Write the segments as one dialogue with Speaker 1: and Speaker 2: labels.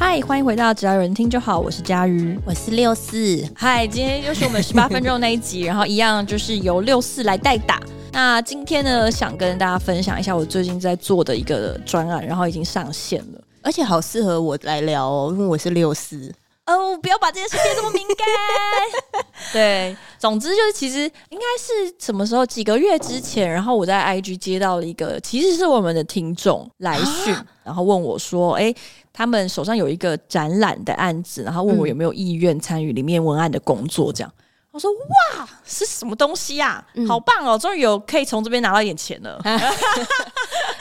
Speaker 1: 嗨，欢迎回到只要有人听就好，我是佳瑜。
Speaker 2: 我是六四，
Speaker 1: 嗨，今天又是我们十八分钟那一 集，然后一样就是由六四来代打。那今天呢，想跟大家分享一下我最近在做的一个专案，然后已经上线了。
Speaker 2: 而且好适合我来聊哦，因为我是六四。
Speaker 1: 哦，不要把这件事变这么敏感。对，总之就是，其实应该是什么时候？几个月之前，然后我在 IG 接到了一个，其实是我们的听众来讯，然后问我说：“哎、他们手上有一个展览的案子，然后问我有没有意愿参与里面文案的工作。”这样，我说：“哇，是什么东西呀、
Speaker 2: 嗯
Speaker 1: 好棒哦，终于有可以从这边拿到一点钱了。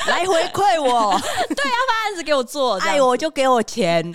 Speaker 2: 来回馈 我，
Speaker 1: 把案子给我做，这样
Speaker 2: 爱我就给我钱。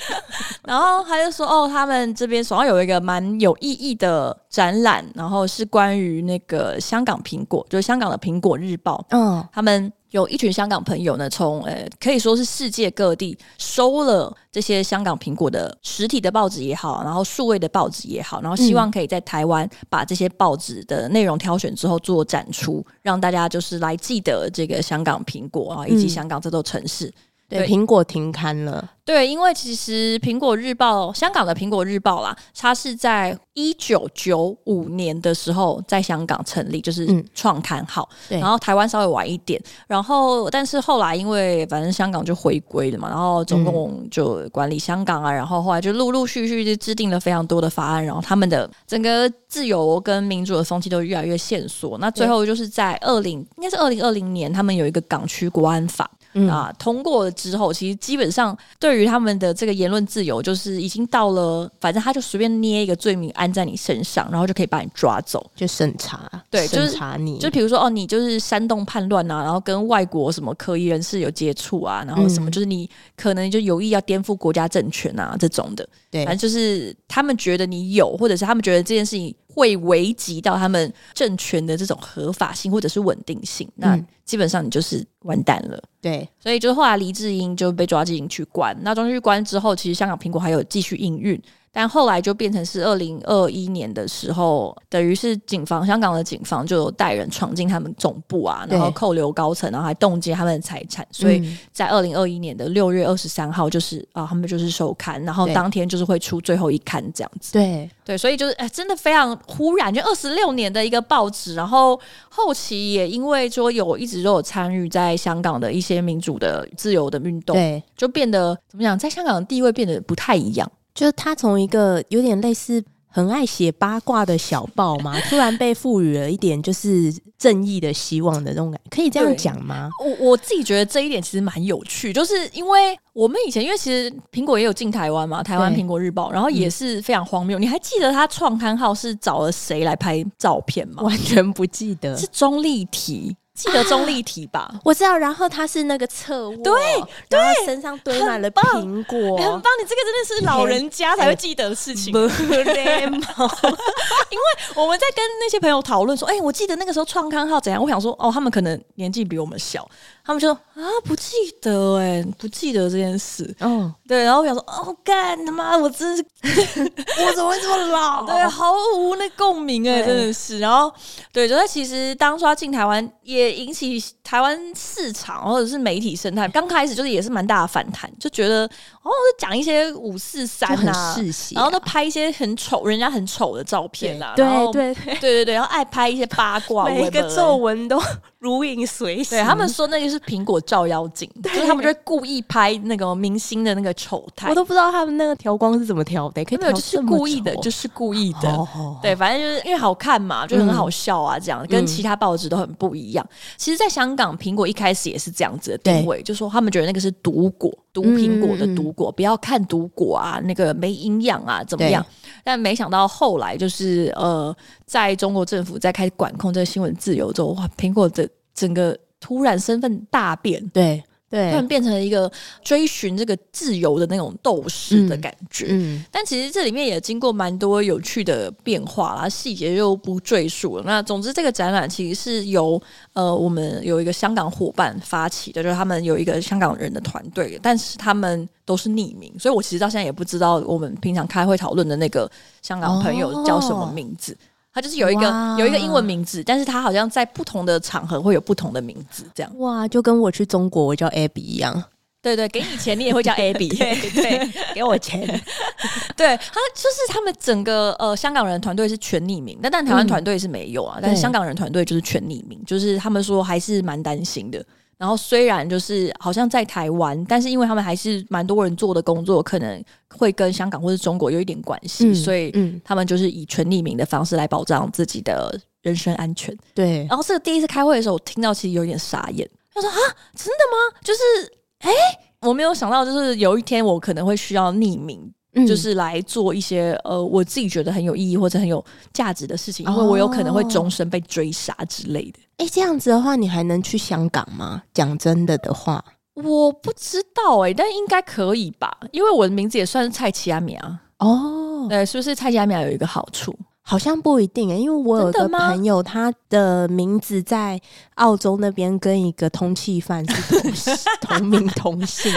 Speaker 1: 然后他就说：“哦，他们这边手上有一个蛮有意义的展览，然后是关于那个香港苹果，就是香港的《苹果日报》。
Speaker 2: 嗯，
Speaker 1: 他们有一群香港朋友呢，从呃可以说是世界各地收了这些香港苹果的实体的报纸也好，然后数位的报纸也好，然后希望可以在台湾把这些报纸的内容挑选之后做展出，让大家就是来记得这个香港苹果啊，以及
Speaker 2: 嗯
Speaker 1: 香港这座城市。
Speaker 2: 对，
Speaker 1: 对
Speaker 2: 苹果停刊了。
Speaker 1: 对，因为其实《苹果日报》香港的《苹果日报》啦，它是在一九九五年的时候在香港成立，就是
Speaker 2: 嗯
Speaker 1: 创刊号。
Speaker 2: 对
Speaker 1: 然后台湾稍微晚一点，然后但是后来因为反正香港就回归了嘛，然后
Speaker 2: 嗯
Speaker 1: 中共就管理香港啊，然后后来就陆陆续续就制定了非常多的法案，然后他们的整个自由跟民主的风气都越来越线索。那最后就是在二零，应该是二零二零年，他们有一个港区国安法。
Speaker 2: 嗯
Speaker 1: 啊，通过了之后，其实基本上对于他们的这个言论自由，就是已经到了，反正他就随便捏一个罪名安在你身上，然后就可以把你抓走。
Speaker 2: 就审查，
Speaker 1: 对就是
Speaker 2: 审查你，
Speaker 1: 就比如说哦，你就是煽动叛乱啊，然后跟外国什么科研人士有接触啊，然后什么
Speaker 2: 嗯
Speaker 1: 就是你可能就有意要颠覆国家政权啊这种的，
Speaker 2: 对
Speaker 1: 反正就是他们觉得你有，或者是他们觉得这件事情会危及到他们政权的这种合法性或者是稳定性，那
Speaker 2: 嗯
Speaker 1: 基本上你就是完蛋了。
Speaker 2: 对，
Speaker 1: 所以就是后来黎智英就被抓进去关，那抓进去关之后，其实香港苹果还有继续营运，但后来就变成是二零二一年的时候，等于是警方香港的警方就有带人闯进他们总部啊，
Speaker 2: 对
Speaker 1: 然后扣留高层，然后还冻结他们的财产，所以
Speaker 2: 嗯
Speaker 1: 在二零二一年的六月二十三号，就是啊，他们就是收刊，然后
Speaker 2: 对
Speaker 1: 当天就是会出最后一刊这样子。
Speaker 2: 对，
Speaker 1: 对，所以就是哎、真的非常忽然，就二十六年的一个报纸，然后后期也因为说有一直都有参与在香港的一些民主的自由的运动，
Speaker 2: 对，
Speaker 1: 就变得怎么讲，在香港的地位变得不太一样。
Speaker 2: 就是他从一个有点类似很爱写八卦的小报 嘛，突然被赋予了一点就是正义的希望的那种感觉，可以这样
Speaker 1: 对
Speaker 2: 讲吗？
Speaker 1: 我我自己觉得这一点其实蛮有趣，就是因为我们以前因为其实苹果也有进台湾嘛，台湾
Speaker 2: 对嗯
Speaker 1: 苹果日报，然后也是非常荒谬。你还记得他创刊号是找了谁来拍照片吗？
Speaker 2: 完全不记得，
Speaker 1: 是钟丽缇，记得钟丽缇吧？
Speaker 2: 我知道，然后它是那个侧卧，
Speaker 1: 对，
Speaker 2: 然后身上堆满了
Speaker 1: 很棒
Speaker 2: 苹
Speaker 1: 欸很
Speaker 2: 果，
Speaker 1: 棒，你这个真的是老人家才会记得的事情。我们在跟那些朋友讨论说，哎、我记得那个时候创刊号怎样？我想说，哦，他们可能年纪比我们小，他们就说啊，不记得、哎，不记得这件事。
Speaker 2: 哦，
Speaker 1: 对，然后我想说，哦，干他妈，我真是
Speaker 2: 我怎么会这么老
Speaker 1: 哦对，毫无那共鸣哎、
Speaker 2: 哦对
Speaker 1: 真的是。然后，对，就是其实当初他进台湾，也引起台湾市场或者是媒体 生态刚开始就是也是蛮大的反弹，就觉得哦，就讲一些五四三
Speaker 2: 就很
Speaker 1: 啊，
Speaker 2: 嗜血啊，
Speaker 1: 然后都拍一些很丑，人家很丑的照片啦，然后
Speaker 2: 对对对，
Speaker 1: 对对对，然后爱拍一些八卦，
Speaker 2: 每一
Speaker 1: whatever
Speaker 2: 个皱纹啊都 如影随形。
Speaker 1: 对他们，说那个是苹果照妖镜，就是他们就会故意拍那个明星的那个丑态，
Speaker 2: 我都不知道他们那个调光是怎么调的，可以
Speaker 1: 没有，
Speaker 2: 调
Speaker 1: 就是
Speaker 2: 这么
Speaker 1: 故意的，
Speaker 2: 丑
Speaker 1: 就是故意的。
Speaker 2: 哦，嗯
Speaker 1: 对，反正就是因为好看嘛，就很好笑啊，这样、跟其他报纸都很不一样。其实，在香港，苹果一开始也是这样子的定位，就说他们觉得那个是毒果，毒苹果的毒
Speaker 2: 嗯
Speaker 1: 果，不要看毒果啊，那个没营养啊，怎么样？但没想到后来就是呃，在中国政府在开始管控这个新闻自由之后，哇，苹果的整个突然身份大变，
Speaker 2: 对
Speaker 1: 突然
Speaker 2: 对，
Speaker 1: 变成了一个追寻这个自由的那种斗士的
Speaker 2: 嗯
Speaker 1: 感觉。
Speaker 2: 嗯，
Speaker 1: 但其实这里面也经过蛮多有趣的变化啦，细节就不赘述了。那总之，这个展览其实是由呃我们有一个香港伙伴发起的，就是他们有一个香港人的团队，但是他们都是匿名，所以我其实到现在也不知道我们平常开会讨论的那个香港朋友叫什么名字。他就是有一个
Speaker 2: 哦哇
Speaker 1: 有一个英文名字，但是他好像在不同的场合会有不同的名字，这样。
Speaker 2: 哇，就跟我去中国我叫 Abby 一样，
Speaker 1: 对对，给你钱你也会 叫 Abby，
Speaker 2: 对 对，
Speaker 1: 给我钱。对他就是他们整个呃香港人团队是全匿名，但但台湾
Speaker 2: 嗯
Speaker 1: 团队是没有啊，但是香港人团队就是全匿名，就是他们说还是蛮担心的。然后虽然就是好像在台湾，但是因为他们还是蛮多人做的工作，可能会跟香港或是中国有一点关系，
Speaker 2: 嗯
Speaker 1: 所以
Speaker 2: 嗯
Speaker 1: 他们就是以全匿名的方式来保障自己的人身安全。
Speaker 2: 对，
Speaker 1: 然后这个第一次开会的时候，我听到其实有点傻眼，他说啊，真的吗？就是哎、我没有想到，就是有一天我可能会需要匿名，
Speaker 2: 嗯
Speaker 1: 就是来做一些呃我自己觉得很有意义或者很有价值的事情，因为我有可能会终身被追杀之类的。
Speaker 2: 哎、这样子的话，你还能去香港吗？讲真的的话，
Speaker 1: 我不知道哎、但应该可以吧，因为我的名字也算是蔡奇阿米啊，
Speaker 2: 哦，
Speaker 1: 对，是不是蔡奇阿米啊有一个好处？
Speaker 2: 好像不一定哎、因为我有一
Speaker 1: 真的
Speaker 2: 个
Speaker 1: 吗
Speaker 2: 朋友，他的名字在澳洲那边跟一个通缉犯是同 姓同名同姓，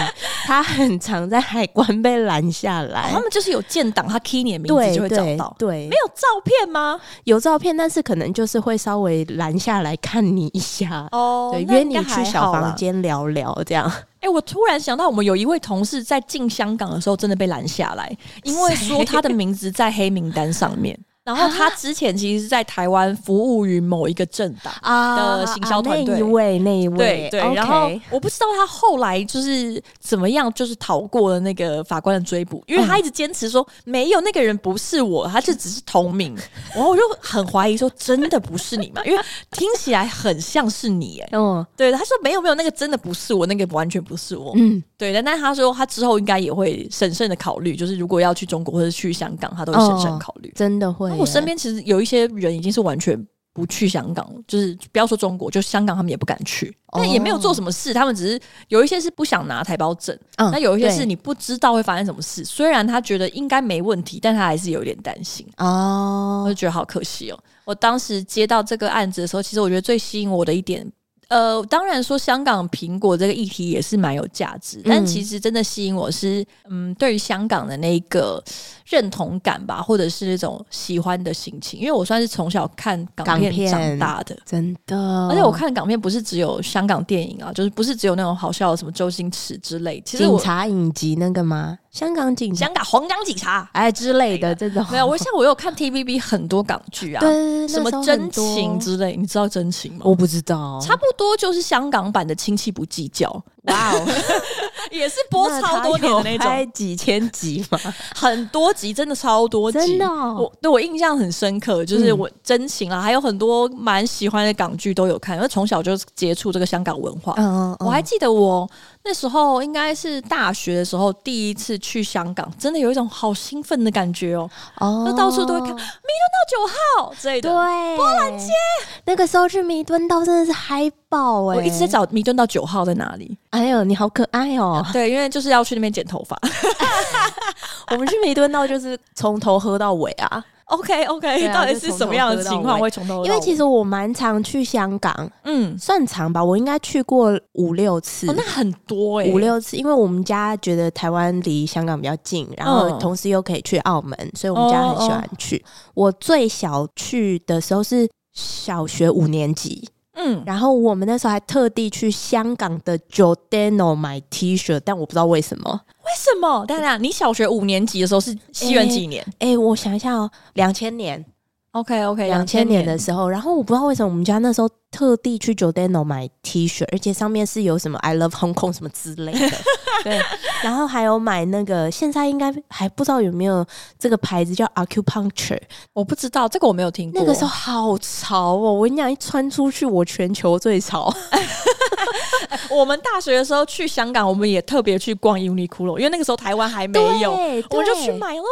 Speaker 2: 他很常在海关被拦下来。
Speaker 1: 他们就是有建哦档，他 key 你的名字
Speaker 2: 对
Speaker 1: 就会找
Speaker 2: 对
Speaker 1: 到。
Speaker 2: 对
Speaker 1: 没，有照片吗？
Speaker 2: 有照片，但是可能就是会稍微拦下来看你一下，
Speaker 1: 哦
Speaker 2: 对，
Speaker 1: 那
Speaker 2: 约
Speaker 1: 应
Speaker 2: 你
Speaker 1: 该
Speaker 2: 去
Speaker 1: 还
Speaker 2: 小
Speaker 1: 好啦
Speaker 2: 房间聊聊这样。
Speaker 1: 哎、我突然想到，我们有一位同事在进香港的时候真的被拦下来，因为说他的名字在黑名单上面。 然后他之前其实是在台湾服务于某一个政党，
Speaker 2: 啊
Speaker 1: 的行销团队
Speaker 2: 那一位那一位
Speaker 1: 对，对。
Speaker 2: OK
Speaker 1: 然后我不知道他后来就是怎么样，就是逃过了那个法官的追捕，因为他一直坚持说没有那个人不是我，他就只是同名。然后我就很怀疑说，真的不是你吗？因为听起来很像是你、哎，
Speaker 2: 嗯
Speaker 1: 对，他说没有没有，那个真的不是我，那个完全不是我。
Speaker 2: 嗯，
Speaker 1: 对，但但他说他之后应该也会审慎的考虑，就是如果要去中国或者去香港，他都会审
Speaker 2: 哦
Speaker 1: 慎考虑。
Speaker 2: 真的会
Speaker 1: 那
Speaker 2: 耶。
Speaker 1: 我身边其实有一些人已经是完全不去香港，就是不要说中国，就香港他们也不敢去，但也没有做什么事，他们只是有一些是不想拿台胞证，
Speaker 2: 哦嗯
Speaker 1: 那有一些是
Speaker 2: 对
Speaker 1: 你不知道会发生什么事。虽然他觉得应该没问题，但他还是有点担心。我
Speaker 2: 哦
Speaker 1: 就觉得好可惜哦。我当时接到这个案子的时候，其实我觉得最吸引我的一点，呃，当然说香港苹果这个议题也是蛮有价值，但其实真的吸引我是，嗯，对于香港的那个认同感吧，或者是那种喜欢的心情，因为我算是从小看港
Speaker 2: 港
Speaker 1: 片嗯
Speaker 2: 片
Speaker 1: 长大的。
Speaker 2: 真的，
Speaker 1: 而且我看港片不是只有香港电影啊，就是不是只有那种好笑的什么周星驰之类，其实
Speaker 2: 警
Speaker 1: 我
Speaker 2: 察影集那个吗？香港警察
Speaker 1: 香港黄冈警察
Speaker 2: 哎之类的这种，
Speaker 1: 没有，我像我有看 TVB 很多港剧啊，
Speaker 2: 对
Speaker 1: 什么真情，
Speaker 2: 那时候很多
Speaker 1: 之类，你知道真情吗？
Speaker 2: 我不知道，
Speaker 1: 差不多就是香港版的亲戚不计较，
Speaker 2: 哇哦，
Speaker 1: 也是播超多年的那
Speaker 2: 他有拍
Speaker 1: 种，
Speaker 2: 几千集嘛，
Speaker 1: 很多集，真的超多集。
Speaker 2: 真的哦
Speaker 1: 我对我印象很深刻，就是
Speaker 2: 嗯
Speaker 1: 我真情啊，还有很多蛮喜欢的港剧都有看，因为从小就接触这个香港文化。
Speaker 2: 嗯，嗯
Speaker 1: 我还记得我那时候应该是大学的时候，第一次去香港，真的有一种好兴奋的感 觉哦，
Speaker 2: 哦
Speaker 1: 就到处都会看到九号之类
Speaker 2: 对
Speaker 1: 的。，
Speaker 2: 波兰街那个时候去弥敦道真的是嗨爆哎，
Speaker 1: 我一直在，找弥敦道九号在哪里，
Speaker 2: 哎呦你好可爱 哦，
Speaker 1: 对，因为就是要去那边剪头发。
Speaker 2: 我们去弥敦道就是从头喝到尾 啊，
Speaker 1: OK OK，、
Speaker 2: 对啊
Speaker 1: 到底是什么样的情况会从头到尾？
Speaker 2: 因为其实我蛮常去香港，
Speaker 1: 嗯，
Speaker 2: 算长吧，我应该去过五六次。
Speaker 1: 哦，那很多哎、
Speaker 2: 五六次，因为我们家觉得台湾离香港比较近，然后
Speaker 1: 嗯
Speaker 2: 同时又可以去澳门，所以我们家很喜欢去。我最小去的时候是小学五年级，
Speaker 1: 嗯，
Speaker 2: 然后我们那时候还特地去香港的 Giordano 买 T 恤，但我不知道为什么。
Speaker 1: 为什么？当然，你小学五年级的时候是西元几年、
Speaker 2: 哎、我想一下哦，两千年，
Speaker 1: o k OK，
Speaker 2: 两千年的时候，然后我不知道为什么我们家那时候特地去 Giordano 买 T 恤，而且上面是有什么 I love Hong Kong 什么之类的，对，然后还有买那个，现在应该还不知道有没有这个牌子叫 Acupuncture，
Speaker 1: 我不知道这个我没有听过。
Speaker 2: 那个时候好潮哦，我跟你讲，一穿出去我全球最潮，
Speaker 1: 我们大学的时候去香港，我们也特别去逛 Uniqlo，因为那个时候台湾还没 有，
Speaker 2: 对
Speaker 1: 我们就
Speaker 2: 对
Speaker 1: 去买了。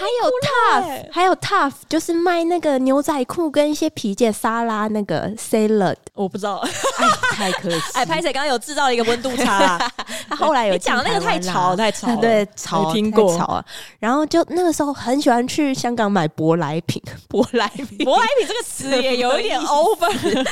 Speaker 2: 还有 Tough，还有 Tough，就是卖那个牛仔裤跟一些皮件沙拉那个 salad，
Speaker 1: 我不知道，
Speaker 2: 哎，太可惜，
Speaker 1: 哎，拍姐刚刚有制造了一个温度差 啦。
Speaker 2: 他后来有
Speaker 1: 你讲的那个
Speaker 2: 进台
Speaker 1: 太
Speaker 2: 湾啦啊
Speaker 1: 潮了，太潮了，
Speaker 2: 对，潮
Speaker 1: 没听过
Speaker 2: 太潮啊。然后就那个时候很喜欢去香港买舶来品，舶来品
Speaker 1: 舶来品这个词也有一 点 over。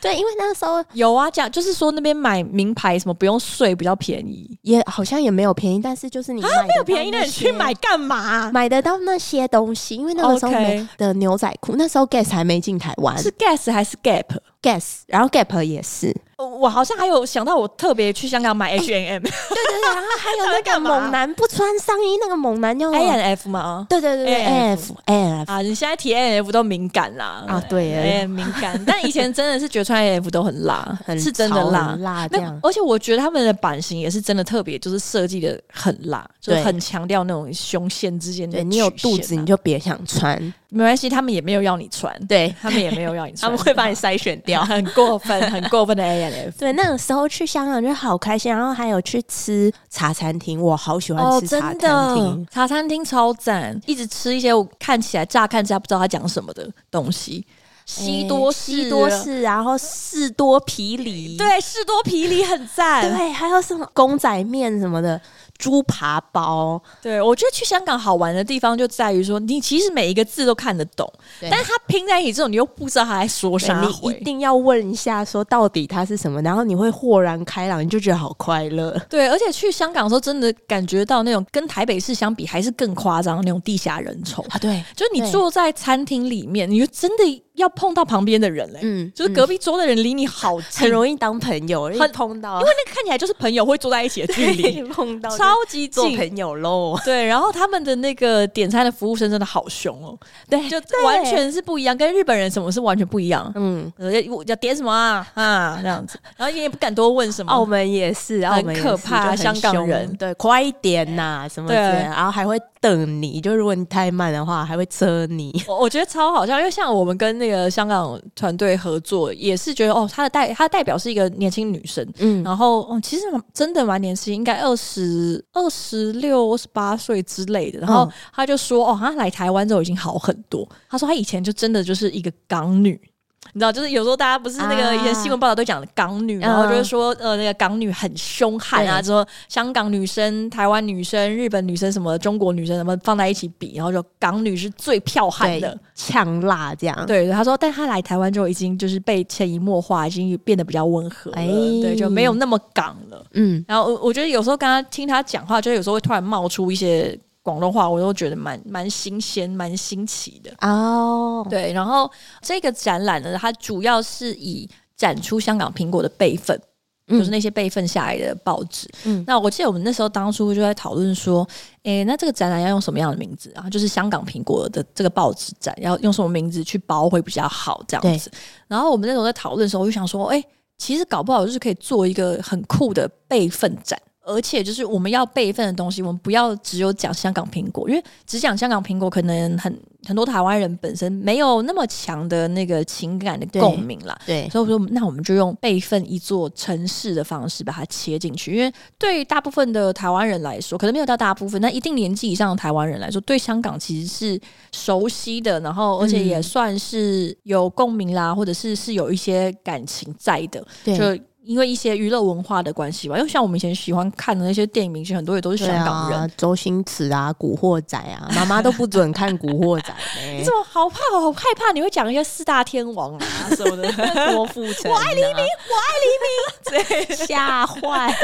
Speaker 2: 对，因为那个时候
Speaker 1: 有啊，讲就是说那边买名牌什么不用税比较便宜
Speaker 2: 也好像也没有便宜，但是就是你
Speaker 1: 啊，
Speaker 2: 买
Speaker 1: 没有
Speaker 2: 得到
Speaker 1: 便宜的
Speaker 2: 那
Speaker 1: 你去
Speaker 2: 些
Speaker 1: 买干 嘛？
Speaker 2: 买得到那些东西，因为那个时候
Speaker 1: OK
Speaker 2: 美的牛仔裤，那时候 Guess 还没进台湾
Speaker 1: 是 Guess 还是 Gap？
Speaker 2: ，Guess，然后 Gap 也是，
Speaker 1: 哦我好像还有想到，我特别去香港买 H M
Speaker 2: 对对对，然后还有 那
Speaker 1: 干
Speaker 2: 个哎
Speaker 1: 嘛
Speaker 2: 猛男不穿上衣，那个猛男叫
Speaker 1: A N F 嘛。
Speaker 2: 对对对对
Speaker 1: ANF
Speaker 2: ，F F
Speaker 1: 啊，你现在提 A N F 都敏感啦
Speaker 2: 啊，对
Speaker 1: 哎、敏 感。但以前真的是觉得穿 A F 都很辣，
Speaker 2: 很
Speaker 1: 是真的
Speaker 2: 潮
Speaker 1: 辣
Speaker 2: 很。辣这
Speaker 1: 那
Speaker 2: 样。
Speaker 1: 而且我觉得他们的版型也是真的特别，就是设计的很辣，就是
Speaker 2: 对
Speaker 1: 很强调那种胸线啊之间的、
Speaker 2: 对你有肚子，你就别想穿。
Speaker 1: 没关系，他们也没有要你穿，
Speaker 2: 对，
Speaker 1: 他们也没有要你 穿，。
Speaker 2: 筛选
Speaker 1: 很过分，很过分的 A N F。
Speaker 2: 对，那个时候去香港就好开心，然后还有去吃茶餐厅，我好喜欢
Speaker 1: 哦，
Speaker 2: 吃
Speaker 1: 真
Speaker 2: 茶餐厅
Speaker 1: 的。，茶餐厅超赞，一直吃一些我看起来乍看之下不知道他讲什么的东西，西多
Speaker 2: 诶
Speaker 1: 士、
Speaker 2: 哎
Speaker 1: 啊
Speaker 2: 西多士，然后士多啤梨，
Speaker 1: 对，士多啤梨很赞。
Speaker 2: 对，还有什么 公仔面什么的，猪扒包，
Speaker 1: 对，我觉得去香港好玩的地方就在于说，你其实每一个字都看得懂，
Speaker 2: 对
Speaker 1: 但是它拼在一起之后，你又不知道它在说
Speaker 2: 对
Speaker 1: 啥
Speaker 2: 你
Speaker 1: 回
Speaker 2: 一。定要问一下，说到底它是什么，然后你会豁然开朗，你就觉得好快乐。
Speaker 1: 对，而且去香港的时候，真的感觉到那种跟台北市相比，还是更夸张的那种地下人潮。
Speaker 2: 啊，对，
Speaker 1: 就是你
Speaker 2: 对
Speaker 1: 坐在餐厅里面，你就真的要碰到旁边的人嘞、
Speaker 2: 嗯
Speaker 1: 就是隔壁桌的人离你好近，
Speaker 2: 很容易当朋友，
Speaker 1: 很
Speaker 2: 很碰到，
Speaker 1: 因为那个看起来就是朋友会坐在一起的距离，
Speaker 2: 碰到就
Speaker 1: 超级
Speaker 2: 做
Speaker 1: 近。
Speaker 2: 朋友喽。
Speaker 1: 对，然后他们的那个点餐的服务生真的好凶哦，
Speaker 2: 对
Speaker 1: 就完全是不一样，跟日本人什么是完全不一样。
Speaker 2: 嗯，
Speaker 1: 呃，我要点什么啊？啊，这样子，然后你也不敢多问什么。
Speaker 2: 澳门也是，澳门也是
Speaker 1: 可怕
Speaker 2: 嗯就很
Speaker 1: 香港
Speaker 2: 凶
Speaker 1: 人
Speaker 2: 对，快一点呐、什么之类的，
Speaker 1: 对
Speaker 2: 然后还会等你，就如果你太慢的话，还会车你。
Speaker 1: 我我觉得超好笑，因为像我们跟那个香港团队合作，也是觉得哦，她的代她的代表是一个年轻女生，
Speaker 2: 嗯，
Speaker 1: 然后嗯，其实真的蛮年轻，应该二十二十六、二十八岁之类的。然后
Speaker 2: 嗯
Speaker 1: 他就说，哦，他来台湾之后已经好很多。他说他以前就真的就是一个港女。你知道，就是有时候大家不是那个
Speaker 2: 啊嗯
Speaker 1: 以前新闻报道都讲港女，然后就是说呃那个港女很凶悍啊，
Speaker 2: 对
Speaker 1: 之后香港女生、台湾女生、日本女生什么中国女生什么放在一起比，然后就港女是最彪悍的
Speaker 2: 对。，呛辣这样。
Speaker 1: 对，他说，但他来台湾之后已经就是被潜移默化，已经变得比较温和了，
Speaker 2: 哎
Speaker 1: 对，就没有那么港了。
Speaker 2: 嗯，
Speaker 1: 然后我我觉得有时候跟他听他讲话，就是有时候会突然冒出一些广东话，我都觉得蛮蛮新鲜、蛮新奇的。
Speaker 2: 哦，
Speaker 1: 对，然后这个展览呢，它主要是以展出香港苹果的备份。
Speaker 2: 嗯
Speaker 1: 就是那些备份下来的报纸。
Speaker 2: 嗯
Speaker 1: 那我记得我们那时候当初就在讨论说，诶、那这个展览要用什么样的名字啊？就是香港苹果的这个报纸展要用什么名字去包会比较好这样子。然后我们那时候在讨论的时候，我就想说，诶、哎其实搞不好就是可以做一个很酷的备份展。而且就是我们要备份的东西，我们不要只有讲香港苹果，因为只讲香港苹果，可能很很多台湾人本身没有那么强的那个情感的
Speaker 2: 对
Speaker 1: 共鸣啦。
Speaker 2: 对，
Speaker 1: 所以我说，那我们就用备份一座城市的方式把它切进去，因为对于大部分的台湾人来说，可能没有到大部分，但一定年纪以上的台湾人来说，对香港其实是熟悉的，然后而
Speaker 2: 嗯
Speaker 1: 且也算是有共鸣啦，或者是是有一些感情在的，
Speaker 2: 对
Speaker 1: 就。因为一些娱乐文化的关系吧，因为像我们以前喜欢看的那些电影明星，很多也都是
Speaker 2: 对
Speaker 1: 香港人。
Speaker 2: 啊，周星驰啊，《古惑仔》啊， 妈妈都不准看《古惑仔》
Speaker 1: 你
Speaker 2: 呢
Speaker 1: 怎。么好怕，好害怕？你会讲一些四大天王啊什么的，
Speaker 2: 郭富 城、我爱黎明， 吓坏。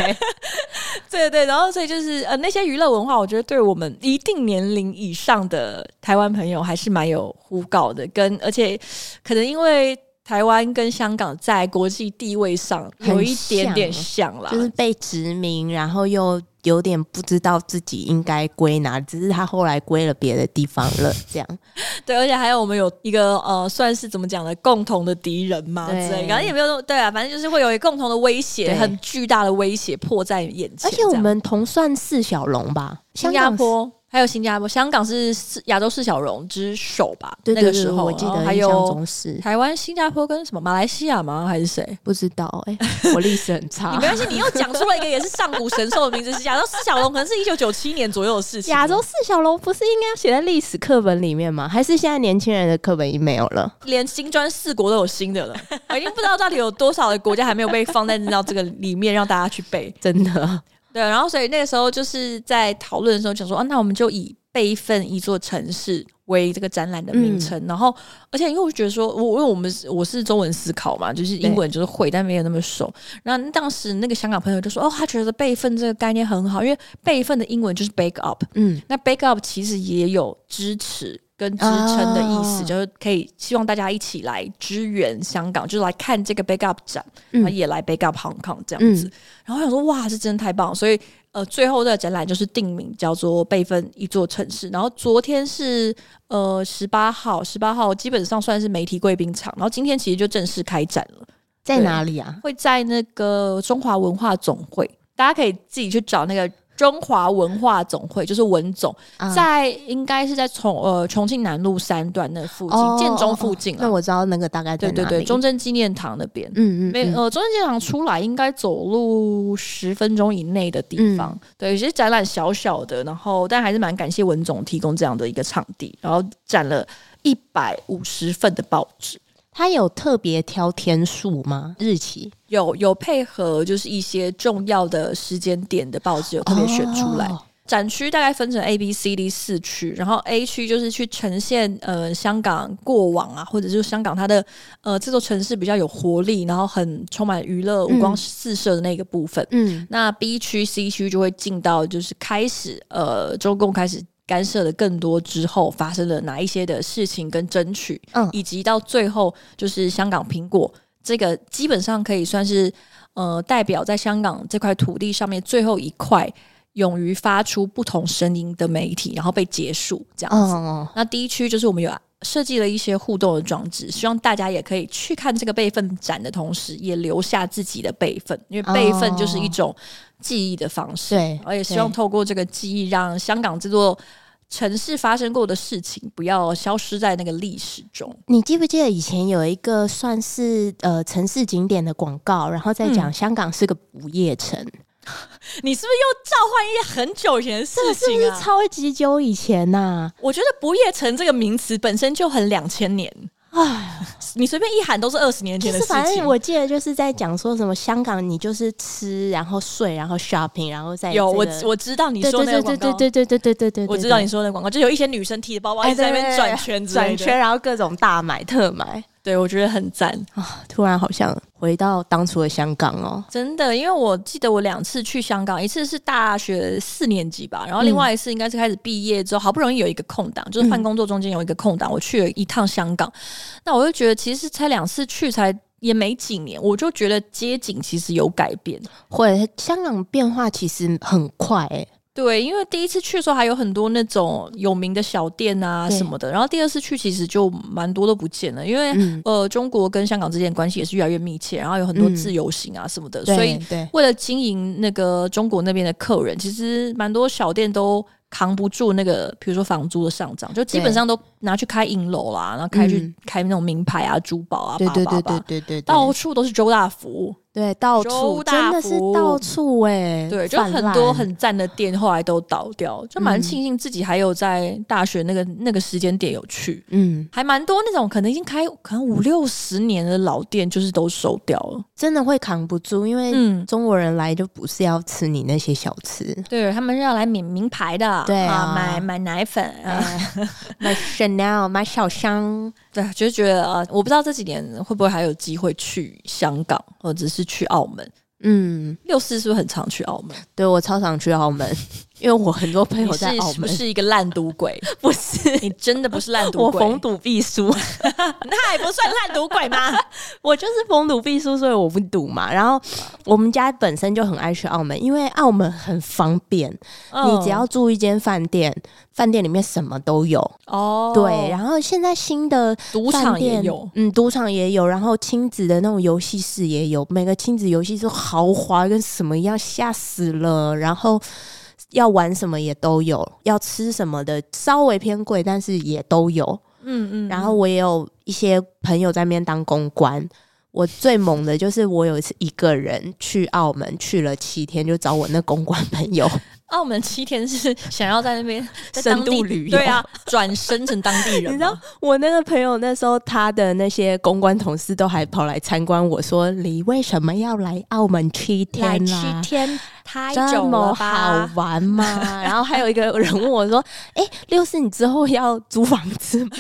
Speaker 1: 对对，然后所以就是呃，那些娱乐文化，我觉得对我们一定年龄以上的台湾朋友还是蛮有呼告的，跟而且可能因为台湾跟香港在国际地位上
Speaker 2: 很
Speaker 1: 有一点点像啦，
Speaker 2: 就是被殖民，然后又有点不知道自己应该归哪，只是他后来归了别的地方了，这样。
Speaker 1: 对，而且还有我们有一个呃，算是怎么讲呢，共同的敌人嘛，
Speaker 2: 对
Speaker 1: 之类的，反正也没有那么对啊，反正就是会有一个共同的威胁，
Speaker 2: 对
Speaker 1: 很巨大的威胁迫在眼前
Speaker 2: 而
Speaker 1: 这
Speaker 2: 且
Speaker 1: 样，
Speaker 2: 我们同算四小龙吧，
Speaker 1: 新
Speaker 2: 香
Speaker 1: 加
Speaker 2: 港
Speaker 1: 坡。还有新加坡，香港是四亚洲四小龙之首吧？
Speaker 2: 对
Speaker 1: 那
Speaker 2: 对对，
Speaker 1: 个时候，啊
Speaker 2: 我记
Speaker 1: 然后
Speaker 2: 得
Speaker 1: 还
Speaker 2: 印象
Speaker 1: 有
Speaker 2: 中是
Speaker 1: 台湾、新加坡跟什么马来西亚吗？还是谁？
Speaker 2: 不知道哎、我历史很
Speaker 1: 你
Speaker 2: 差
Speaker 1: 没。关系，你又讲出了一个也是上古神兽的名字，是亚洲四 小龙，可能是一九九七年左右的事情。
Speaker 2: 亚洲四小龙不是应该要写在历史课本里面吗？还是现在年轻人的课本已经没有了？
Speaker 1: 连新专四国都有新的了，我已经不知道到底有多少的国家还没有被放在到这个里面让大家去背。
Speaker 2: 真的，
Speaker 1: 对，然后所以那个时候就是在讨论的时候想说，啊，那我们就以备份一座城市为这个展览的名称。然后，而且因为我觉得说，我因为我们是我是中文思考嘛，就是英文就是会，但没有那么熟。然后当时那个香港朋友就说，哦，他觉得备份这个概念很好，因为备份的英文就是 bake up，
Speaker 2: 嗯，
Speaker 1: 那 bake up 其实也有支持跟支撑的意思，就是可以希望大家一起来支援香港，就是来看这个 Big Up 展，然后也来 Big Up Hong Kong 这样子。然后我想说，哇，这真的太棒了！所以呃，最后的展览就是定名叫做《备份一座城市》。然后昨天是呃十八号，十八号基本上算是媒体贵宾场，然后今天其实就正式开展了，
Speaker 2: 在哪里啊？
Speaker 1: 会在那个中华文化总会，大家可以自己去找那个。中华文化总会就是文总，
Speaker 2: 啊
Speaker 1: 在应该是在重呃重庆南路三段那附近，
Speaker 2: 哦
Speaker 1: 建中附近
Speaker 2: 哦哦
Speaker 1: 啊。
Speaker 2: 那我知道那个大概在
Speaker 1: 对对
Speaker 2: 哪
Speaker 1: 对，
Speaker 2: 里
Speaker 1: 中正纪念堂那边。
Speaker 2: 嗯嗯
Speaker 1: 没
Speaker 2: 嗯
Speaker 1: 呃，中正纪念堂出来应该走路十分钟以内的地方。
Speaker 2: 嗯
Speaker 1: 对，有些展览小小的，然后但还是蛮感谢文总提供这样的一个场地，然后展了一百五十份的报纸，
Speaker 2: 他有特别挑天数吗？日期
Speaker 1: 有有配合就是一些重要的时间点的报纸有特别选出来。
Speaker 2: 哦
Speaker 1: 展区大概分成 A、B、C、D 四区，然后 A 区就是去呈现呃香港过往啊，或者就是香港它的呃这座城市比较有活力，然后很充满娱乐、五光四射的那个部分。
Speaker 2: 嗯，
Speaker 1: 那 B 区、C 区就会进到就是开始呃中共开始干涉的更多之后发生了哪一些的事情跟争取，
Speaker 2: 嗯
Speaker 1: 以及到最后就是香港苹果这个基本上可以算是呃代表在香港这块土地上面最后一块勇于发出不同声音的媒体，然后被结束这样子。
Speaker 2: 哦，
Speaker 1: 那第一区就是我们有设计了一些互动的装置，希望大家也可以去看这个备份展的同时，也留下自己的备份，因为备份就是一种记忆的方式。
Speaker 2: 对
Speaker 1: 而且希望
Speaker 2: 对
Speaker 1: 透过这个记忆，让香港这座城市发生过的事情不要消失在那个历史中。
Speaker 2: 你记不记得以前有一个算是呃城市景点的广告，然后再
Speaker 1: 嗯
Speaker 2: 讲香港是个不夜城，
Speaker 1: 你是不是又召唤一些很久以前的事啊
Speaker 2: 这个是不是超级久以前啊呐、
Speaker 1: 我觉得“不夜城”这个名词本身就很两千年，
Speaker 2: 唉，
Speaker 1: 你随便一喊都是二十年
Speaker 2: 其
Speaker 1: 前的
Speaker 2: 实
Speaker 1: 事
Speaker 2: 反
Speaker 1: 情
Speaker 2: 正。我记得就是在讲说什么香港，你就是吃，然后睡，然后 shopping，然后再
Speaker 1: 有我
Speaker 2: 这个
Speaker 1: 我知道你
Speaker 2: 对
Speaker 1: 说那
Speaker 2: 对
Speaker 1: 个
Speaker 2: 对
Speaker 1: 广
Speaker 2: 对
Speaker 1: 告
Speaker 2: 对，对对对对对对，
Speaker 1: 我知道你说的广告，就有一些女生提着包包一
Speaker 2: 哎
Speaker 1: 直在那边
Speaker 2: 对
Speaker 1: 转圈之类
Speaker 2: 转
Speaker 1: 的
Speaker 2: 圈，，然后各种大买特买
Speaker 1: 对我觉得很赞，
Speaker 2: 啊！突然好像回到当初的香港哦，
Speaker 1: 真的。因为我记得我两次去香港，一次是大学四年级吧，然后另外一次应该是开始毕业之后，好不容易有一个空档，就是换工作中间有一个空档，我去了一趟香港。那我就觉得，其实才两次去才。也没几年，我就觉得街景其实有改变。
Speaker 2: 会香港变化其实很快哎、
Speaker 1: 对，因为第一次去的时候还有很多那种有名的小店啊
Speaker 2: 对
Speaker 1: 什么的，然后第二次去其实就蛮多都不见了，因为
Speaker 2: 嗯，
Speaker 1: 呃，中国跟香港之间的关系也是越来越密切，然后有很多
Speaker 2: 嗯
Speaker 1: 自由行啊什么的，
Speaker 2: 对
Speaker 1: 所以
Speaker 2: 对
Speaker 1: 为了经营那个中国那边的客人，其实蛮多小店都扛不住那个，比如说房租的上涨，就基本上都拿去开银楼啦，然后开去
Speaker 2: 嗯
Speaker 1: 开那种名牌啊、珠宝啊，
Speaker 2: 对对
Speaker 1: 叭叭
Speaker 2: 对
Speaker 1: 叭
Speaker 2: 对对对，
Speaker 1: 到
Speaker 2: 到
Speaker 1: 处都是周大福，
Speaker 2: 对到
Speaker 1: 周
Speaker 2: 处
Speaker 1: 大
Speaker 2: 真的是
Speaker 1: 福
Speaker 2: 到处哎、
Speaker 1: 对，就
Speaker 2: 泛
Speaker 1: 很多
Speaker 2: 滥
Speaker 1: 很赞的店后来都倒掉，就蛮
Speaker 2: 嗯
Speaker 1: 庆幸自己还有在大学那个那个时间点有去，
Speaker 2: 嗯，
Speaker 1: 还蛮多那种可能已经开可能五六十年的老店，就是都收掉了，
Speaker 2: 真的会扛不住，因为
Speaker 1: 嗯。
Speaker 2: 中国人来就不是要吃你那些小吃，
Speaker 1: 对，他们是要来买名牌的，
Speaker 2: 对啊
Speaker 1: 买买奶粉啊，
Speaker 2: 哎买 Chanel 买小香，
Speaker 1: 对，就是觉得呃，我不知道这几年会不会还有机会去香港，或者是去澳门。
Speaker 2: 嗯，
Speaker 1: 六四是不是很常去澳门？
Speaker 2: 对我超常去 澳门，因为我很多朋
Speaker 1: 你
Speaker 2: 友
Speaker 1: 是
Speaker 2: 在澳
Speaker 1: 是不
Speaker 2: 门，
Speaker 1: 是一个烂赌鬼？
Speaker 2: 不是
Speaker 1: 你真的不是烂赌
Speaker 2: 我
Speaker 1: 鬼，
Speaker 2: 逢赌必输，
Speaker 1: 那还不算烂赌鬼吗？
Speaker 2: 我就是逢赌必输，所以我不赌嘛。然后我们家本身就很爱去澳门，因为澳门很方便，
Speaker 1: 嗯
Speaker 2: 你只要住一间饭店，饭店里面什么都有。
Speaker 1: 哦，
Speaker 2: 对，然后现在新的
Speaker 1: 赌
Speaker 2: 饭
Speaker 1: 场也
Speaker 2: 店
Speaker 1: 有，，
Speaker 2: 嗯，赌场也有，然后亲子的那种游戏室也有，每个亲子游戏都豪华跟什么一样，吓死了。然后要玩什么也都有，要吃什么的稍微偏贵，但是也都有。
Speaker 1: 嗯嗯，
Speaker 2: 然后我也有一些朋友在那边当公关。我最猛的就是我有一次一个人去澳门去了七天，就找我那公关朋友，
Speaker 1: 澳门七天是想要在那 边在
Speaker 2: 深
Speaker 1: 当地
Speaker 2: 度旅游
Speaker 1: 对啊，转身成当地人嘛，
Speaker 2: 你知道我那个朋友那时候他的那些公关同事都还跑来参观，我说你为什么要来澳门七
Speaker 1: 来
Speaker 2: 天
Speaker 1: 七
Speaker 2: 啦？
Speaker 1: 天太
Speaker 2: 这
Speaker 1: 久了
Speaker 2: 么好
Speaker 1: 吧？
Speaker 2: 玩吗？ 然后还有一个人问我说：“哎、六四你之后要租房子吗？”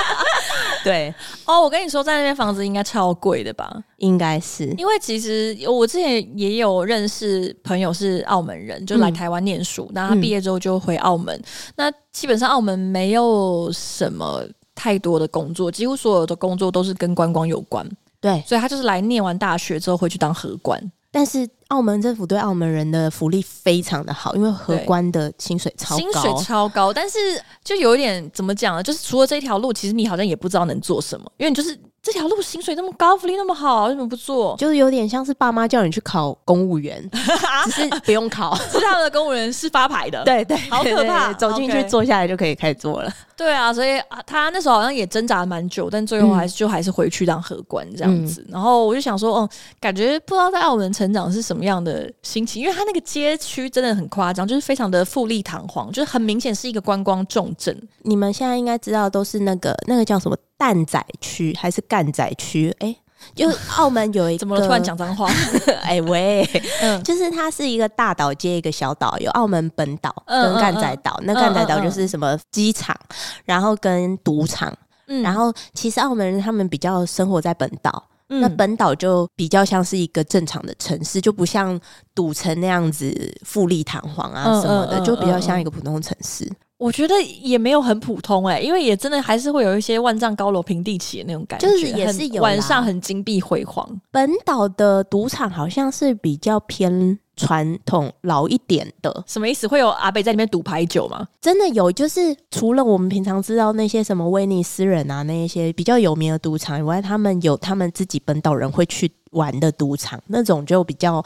Speaker 2: 对，
Speaker 1: 哦，我跟你说，在那边房子应该超贵的吧？
Speaker 2: 应该是
Speaker 1: 因为其实我之前也有认识朋友是澳门人，就来台湾念
Speaker 2: 嗯
Speaker 1: 书，那、他毕业之后就回澳门。那基本上澳门没有什么太多的工作，几乎所有的工作都是跟观光有关，
Speaker 2: 对。
Speaker 1: 所以他就是来念完大学之后回去当荷官，
Speaker 2: 但是澳门政府对澳门人的福利非常的好，因为荷
Speaker 1: 对
Speaker 2: 官的薪水超
Speaker 1: 薪
Speaker 2: 高，
Speaker 1: 水超高，但是就有一点怎么讲呢？就是除了这条路，其实你好像也不知道能做什么，因为你就是这条路薪水那么高，福利那么好，为什么不 做？
Speaker 2: 就是有点像是爸妈叫你去考公 务员，只是不用考。
Speaker 1: 知道的公务人是发 牌的，
Speaker 2: 对对，
Speaker 1: 好可怕
Speaker 2: 对对走进去
Speaker 1: OK
Speaker 2: 坐下来就可以开始做了。
Speaker 1: 对啊，所以啊他那时候好像也挣扎了蛮久，但
Speaker 2: 嗯
Speaker 1: 最后还是、就还是回去当荷官这样子。然后我就想说，哦、感觉不知道在澳门成长是什么样的心情，因为他那个街区真的很夸张，就是非常的富丽堂皇，就是很明显是一个观光重镇。
Speaker 2: 你们现在应该知道，都是那个那个叫什么蛋仔区还是干仔区？哎、 就澳门有一个
Speaker 1: 怎么了？突 然讲？脏话？
Speaker 2: 哎、喂，
Speaker 1: 嗯
Speaker 2: 就是它是一个大岛接一个小岛，有澳门本岛
Speaker 1: 嗯
Speaker 2: 跟
Speaker 1: 嗯
Speaker 2: 干仔岛。那干仔岛
Speaker 1: 嗯嗯
Speaker 2: 就是什么机场，然后跟赌场。
Speaker 1: 嗯
Speaker 2: 然
Speaker 1: 后
Speaker 2: 后其实澳门人他们比较生活在本岛，
Speaker 1: 嗯
Speaker 2: 那本岛就比较像是一个正常的城市，就不像赌城那样子富丽堂皇啊
Speaker 1: 嗯
Speaker 2: 什么的，
Speaker 1: 嗯嗯
Speaker 2: 就比较像一个普通城市。
Speaker 1: 我觉得也没有很普通哎、因为也真的还是会有一些万丈高楼平地起的那种感觉，
Speaker 2: 就是也是
Speaker 1: 很
Speaker 2: 有啦
Speaker 1: 晚上很金碧辉煌。
Speaker 2: 本岛的赌场好像是比较偏传统老一点的，
Speaker 1: 什么意思？会有阿北在里面赌牌九吗？
Speaker 2: 真的有就是除了我们平常知道那些什么威尼斯人啊那一些比较有名的赌场以外，他们有他们自己本岛人会去玩的赌场，那种就比较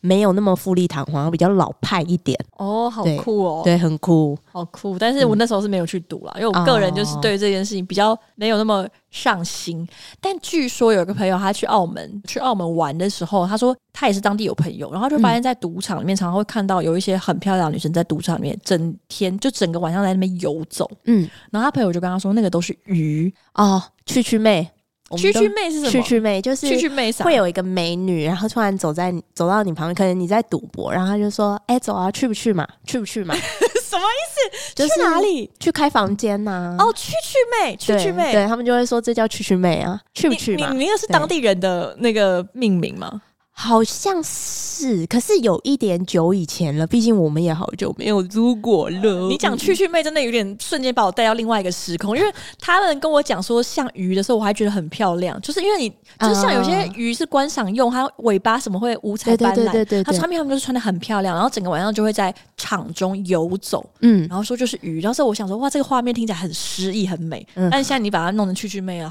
Speaker 2: 没有那么富丽堂皇，比较老派一点，
Speaker 1: 哦，好
Speaker 2: 对
Speaker 1: 酷哦！
Speaker 2: 对，很酷。
Speaker 1: 好酷！但是
Speaker 2: 嗯
Speaker 1: 我那时候是没有去赌啦，因为我个人
Speaker 2: 哦
Speaker 1: 就是对这件事情比较没有那么上心。但据说有一个朋友他去澳门，去澳门玩的时候，他说他也是当地有朋友，然后
Speaker 2: 嗯
Speaker 1: 就发现在赌场里面常常会看到有一些很漂亮的女生在赌场里面整天就整个晚上在那边游走。
Speaker 2: 嗯，
Speaker 1: 然后他朋友就跟他说，那个都是鱼，
Speaker 2: 哦，去去妹，我们
Speaker 1: 蛐
Speaker 2: 都
Speaker 1: 蛐妹是什么？
Speaker 2: 去去妹就是
Speaker 1: 蛐蛐妹啊啥？
Speaker 2: 会有一个美女，然后突然走在你走到你旁边，可能你在赌博，然后她就说：“哎、走啊，去不去嘛？去不去嘛？
Speaker 1: 什么意
Speaker 2: 就是
Speaker 1: 去哪里？
Speaker 2: 去开房间呐、
Speaker 1: 哦，蛐蛐妹，蛐
Speaker 2: 对，
Speaker 1: 蛐妹，
Speaker 2: 对他们就会说这叫去去妹啊，去不
Speaker 1: 你
Speaker 2: 去
Speaker 1: 你
Speaker 2: 嘛？
Speaker 1: 你那个是当地人的那个命名吗？
Speaker 2: 好像是，可是有一点久以前了，毕竟我们也好久没有出国了。
Speaker 1: 你讲蛐蛐妹真的有点瞬间把我带到另外一个时空，因为他们跟我讲说像鱼的时候，我还觉得很漂亮，就是因为你就是像有些鱼是观赏用，它尾巴什么会五彩
Speaker 2: 对对
Speaker 1: 斑斓，
Speaker 2: 对对对
Speaker 1: 它
Speaker 2: 对
Speaker 1: 上面他们就是穿的很漂亮，然后整个晚上就会在场中游走，
Speaker 2: 嗯，
Speaker 1: 然后说就是鱼，然后所以我想说哇，这个画面听起来很诗意很美，
Speaker 2: 嗯
Speaker 1: 但是现在你把它弄成蛐蛐妹啊，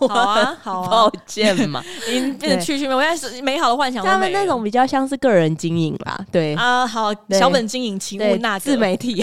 Speaker 1: 好 啊好啊好 啊
Speaker 2: 抱，歉嘛，
Speaker 1: 已经变成蛐蛐妹，我现在是美好的幻想都
Speaker 2: 他们
Speaker 1: 没
Speaker 2: 那
Speaker 1: 了
Speaker 2: 种比较像是个人经营啦，对，
Speaker 1: 啊好
Speaker 2: 对
Speaker 1: 小本经营，请勿
Speaker 2: 对
Speaker 1: 纳格
Speaker 2: 自媒体。